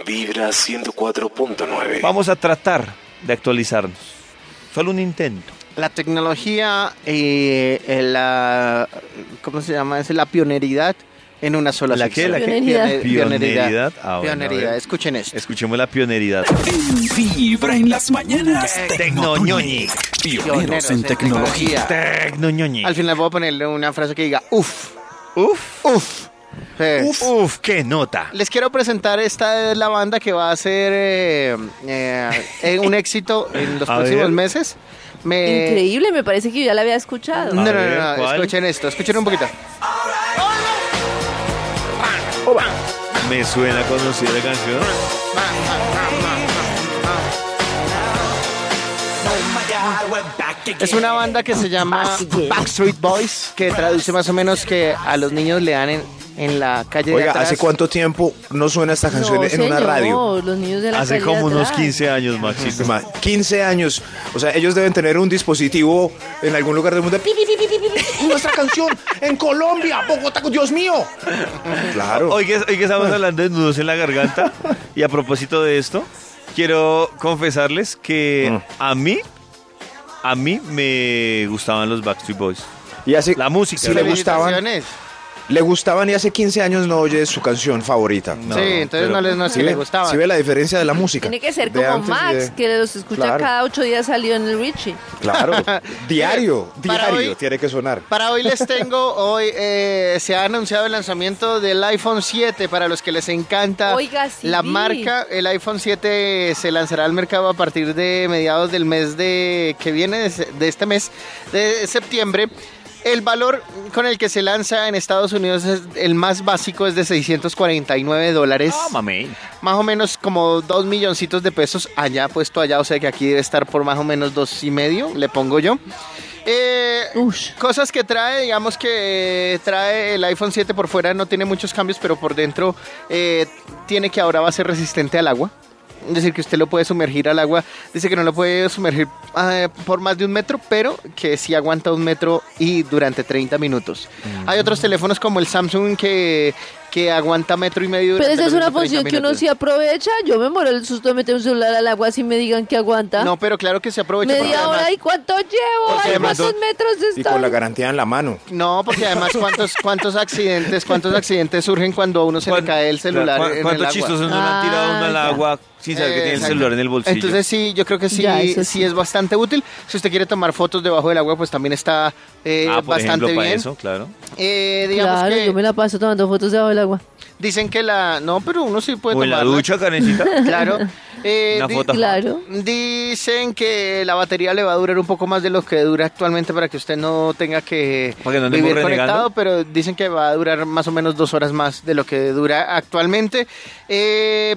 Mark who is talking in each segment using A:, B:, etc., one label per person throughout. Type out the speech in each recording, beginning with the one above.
A: Vibra 104.9.
B: Vamos a tratar de actualizarnos. Solo un intento.
C: La tecnología, eh, eh, la, ¿cómo se llama? Es la pioneridad en una sola
B: ¿La qué?
C: sección.
B: ¿La qué?
C: Pione-
B: Pioneridad.
C: Pioneridad.
B: Ah, bueno,
C: Pioneridad.
B: a ver.
C: Escuchen esto.
B: Escuchemos la pioneridad.
D: En Vibra en las mañanas.
C: Eh,
B: Tecnoñoñi.
D: Pioneros en tecnología.
B: Tecnoñoñi.
C: Al final voy a ponerle una frase que diga, uff,
B: Uf.
C: uff. Eh,
B: Uf. Uf, qué nota.
C: Les quiero presentar esta es la banda que va a ser eh, eh, eh, un éxito en los
B: A
C: próximos
B: ver.
C: meses. Me-
E: Increíble, me parece que yo ya la había escuchado.
C: No,
B: A
C: no, no,
B: ver,
C: no,
B: ¿cuál?
C: escuchen esto, escuchen un poquito.
B: Me suena conocida la canción.
C: Es una banda que se llama Backstreet Boys, que traduce más o menos que a los niños le dan en, en la calle de
A: Oiga,
C: atrás.
A: ¿hace cuánto tiempo no suena esta canción
E: No,
A: en una
E: señor,
A: radio?
E: Los niños de la
B: Hace
E: calle
B: como
E: atrás.
B: unos 15 años, Maxito.
A: Ma, 15 años. O sea, ellos deben tener un dispositivo en algún lugar del mundo. Pi, pi, pi, pi, pi, pi, pi, Nuestra canción en Colombia, Bogotá, Dios mío. Claro.
B: Hoy que, hoy que estamos hablando de nudos en la garganta, y a propósito de esto, quiero confesarles que a mí, a mí me gustaban los Backstreet Boys.
A: Y hace,
B: La música.
A: Si le gustaban,
C: Felicitaciones.
A: le gustaban y hace 15 años no oye su canción favorita.
B: No,
C: sí, entonces
B: pero-
C: no les no, si
A: ¿Sí
C: les
A: ve?
C: gustaba.
A: ¿Sí ve la diferencia de la música?
E: Tiene que ser
A: De
E: como
A: antes y
E: Max,
A: de-
E: que los escucha
A: Claro.
E: cada ocho días salió en el Richie.
A: Claro, diario,
C: Para
A: diario
C: hoy-
A: tiene que sonar.
E: Pues
C: Para hoy les tengo, hoy eh, se ha anunciado el lanzamiento del iPhone 7 para los que les encanta
E: Oiga, sí
C: la
E: vi.
C: marca. El iPhone 7 se lanzará al mercado a partir de mediados del mes de que viene, de se- de este mes de septiembre. El valor con el que se lanza en Estados Unidos es el más básico es de 649 dólares.
B: Ah, mami.
C: más o menos como dos milloncitos de pesos allá puesto allá, o sea que aquí debe estar por más o menos dos y medio, le pongo yo. Eh,
E: Ush.
C: cosas que trae, digamos que eh, trae el iPhone 7 por fuera, no tiene muchos cambios, pero por dentro eh, tiene que ahora va a ser resistente al agua. Es decir, que usted lo puede sumergir al agua. Dice que no lo puede sumergir eh, por más de un metro, pero que sí aguanta un metro y durante 30 minutos. Hay otros teléfonos como el Samsung que, que aguanta metro y medio.
E: Pero
C: durante
E: esa es
C: los
E: una
C: 30
E: función que uno
C: minutos.
E: sí aprovecha. Yo me muero el susto de meter un celular al agua si me digan que aguanta.
C: No, pero claro que se aprovecha. porque
E: Media hora
C: además-
E: y cuánto llevo,
A: Porque
E: Ay,
A: además
E: cuántos
A: no-
E: metros
A: Y con la
E: estoy.
A: garantía en la mano.
C: No, porque además cuántos cuántos accidentes, cuántos accidentes surgen cuando a uno se le
B: ¿Cuán-
C: cae el celular
B: cuán-
C: en el
B: ¿Cuántos
C: agua?
B: chistos nos han tirado uno al
E: Ah, ya.
B: agua sin saber que tiene el
C: Exacto.
B: celular en el bolsillo?
C: Entonces sí, yo creo que sí,
E: Ya, eso
C: sí.
E: sí.
C: es bastante útil. Si usted quiere tomar fotos debajo del agua, pues también está eh,
B: ah, por
C: bastante
B: ejemplo, para
C: bien.
B: eso, claro.
C: Eh, digamos
E: Claro,
C: que
E: yo me la paso tomando fotos debajo del agua.
C: dicen que la... No, pero uno sí puede
B: O en la
C: tomarla.
B: ducha, Karencita.
C: Claro. Eh,
B: Una
C: di-
B: foto.
E: Claro.
C: Dicen que la batería le va a durar un poco más de lo que dura actualmente para que usted no tenga que
B: Para que no andemos
C: vivir
B: renegando.
C: conectado, pero dicen que va a durar más o menos dos horas más de lo que dura actualmente. Eh,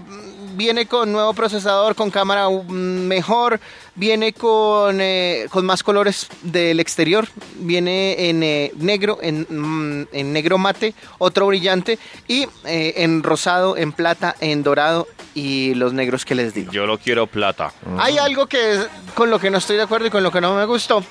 C: viene con nuevo procesador, con cámara mm, mejor, viene con, eh, con más colores del exterior, viene en eh, negro, en, mm, en negro mate, otro brillante y eh, en rosado, en plata, en dorado y los negros que les digo.
B: Yo lo quiero plata.
C: Hay algo que es con lo que no estoy de acuerdo y con lo que no me gustó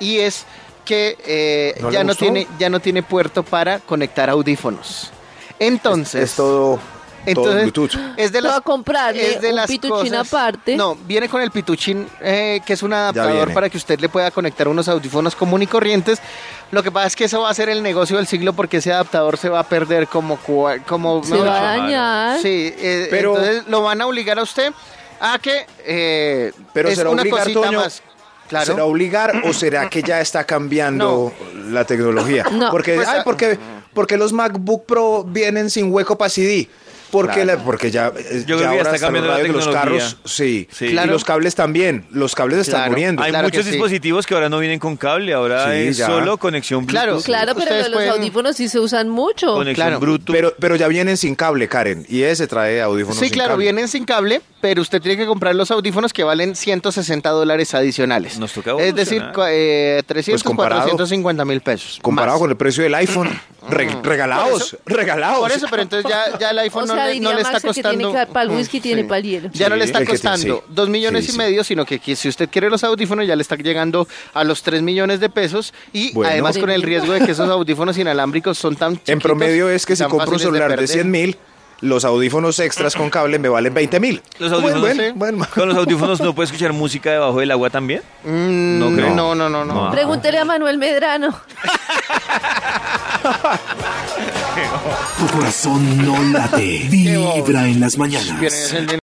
C: y es que eh,
A: ¿No le
C: ya no
A: gustó?
C: tiene ya no tiene puerto para conectar audífonos. Entonces,
A: Es todo, todo
C: entonces
A: Bluetooth.
C: es de
E: Voy
C: las
E: a comprarle
C: es de
E: un
C: las
E: pituchín
C: cosas-
E: aparte.
C: No, viene con el pituchín eh, que es un
A: viene.
C: adaptador para que usted le pueda conectar unos audífonos común y corrientes. Lo que pasa es que eso va a ser el negocio del siglo porque ese adaptador se va a perder como cua- como
E: Se
C: no,
E: va a
C: no,
E: dañar.
C: Sí, eh,
A: Pero-
C: entonces lo van a obligar a usted a que eh,
A: Pero
C: es
A: será
C: una
A: obligar,
C: cosita
A: Toño,
C: más. Claro.
A: ¿Será obligar o será que ya está cambiando la tecnología?
E: No.
A: Porque,
C: Pues,
A: ay,
C: ah,
A: porque, porque los MacBook Pro vienen sin hueco para CD. Porque, la- porque ya, eh,
B: Yo creo
A: ya
B: que ya
A: ahora
B: está
A: hasta los
B: cambiando la
A: radios de los
B: tecnología.
A: carros, sí.
B: Sí.
A: Y
C: Claro.
A: los cables también. Los cables están
C: Claro.
A: muriendo.
B: Hay
C: Claro que
B: muchos
C: sí.
B: dispositivos que ahora no vienen con cable, ahora
A: Sí,
B: es
A: ya.
B: solo conexión Bluetooth.
C: Claro.
E: Claro, pero
C: Ustedes
E: los
C: pueden-
E: audífonos sí se usan mucho.
B: Conexión
C: Claro.
B: Bluetooth.
A: Pero, pero ya vienen sin cable, Karen. Y ese trae audífonos
C: Sí,
A: sin
C: claro,
A: cable.
C: vienen sin cable, pero usted tiene que comprar los audífonos que valen 160 dólares adicionales.
B: Nos toca
C: Es decir,
B: evolucionar.
C: cua- eh, 300,
A: Pues comparado-
C: 450 mil pesos.
A: Comparado
C: más. Mm.
A: con el precio del iPhone, re- regalados, regalados.
C: Por eso, pero entonces ya, ya el iPhone
E: O
C: no,
E: sea,
C: le-
E: diría
C: no le está
E: Max, el que tiene
C: costando... Mm,
E: que dar para el whisky, tiene
C: Sí.
E: para el hielo.
C: Ya no
A: Sí,
C: le está
A: el que tiene,
C: costando
A: sí.
C: dos millones
A: Sí,
C: y
A: sí.
C: medio, sino que aquí, si usted quiere los audífonos ya le está llegando a los 3 millones de pesos y
A: Bueno.
C: además con el riesgo de que esos audífonos inalámbricos son tan
A: En
C: chiquitos
A: promedio es que
C: y
A: si
C: tan
A: compro un
C: fáciles
A: celular de
C: perder.
A: 100 mil, los audífonos extras con cable me valen 20 mil.
B: Los audífonos,
A: Bueno,
C: sí.
A: bueno,
B: ¿Con los audífonos no puedes escuchar música debajo del agua también?
C: Mm,
B: No creo.
C: no, no, no, no.
B: No.
E: Pregúntele a Manuel Medrano.
D: Tu corazón no late. Vibra en las mañanas.
C: Viene el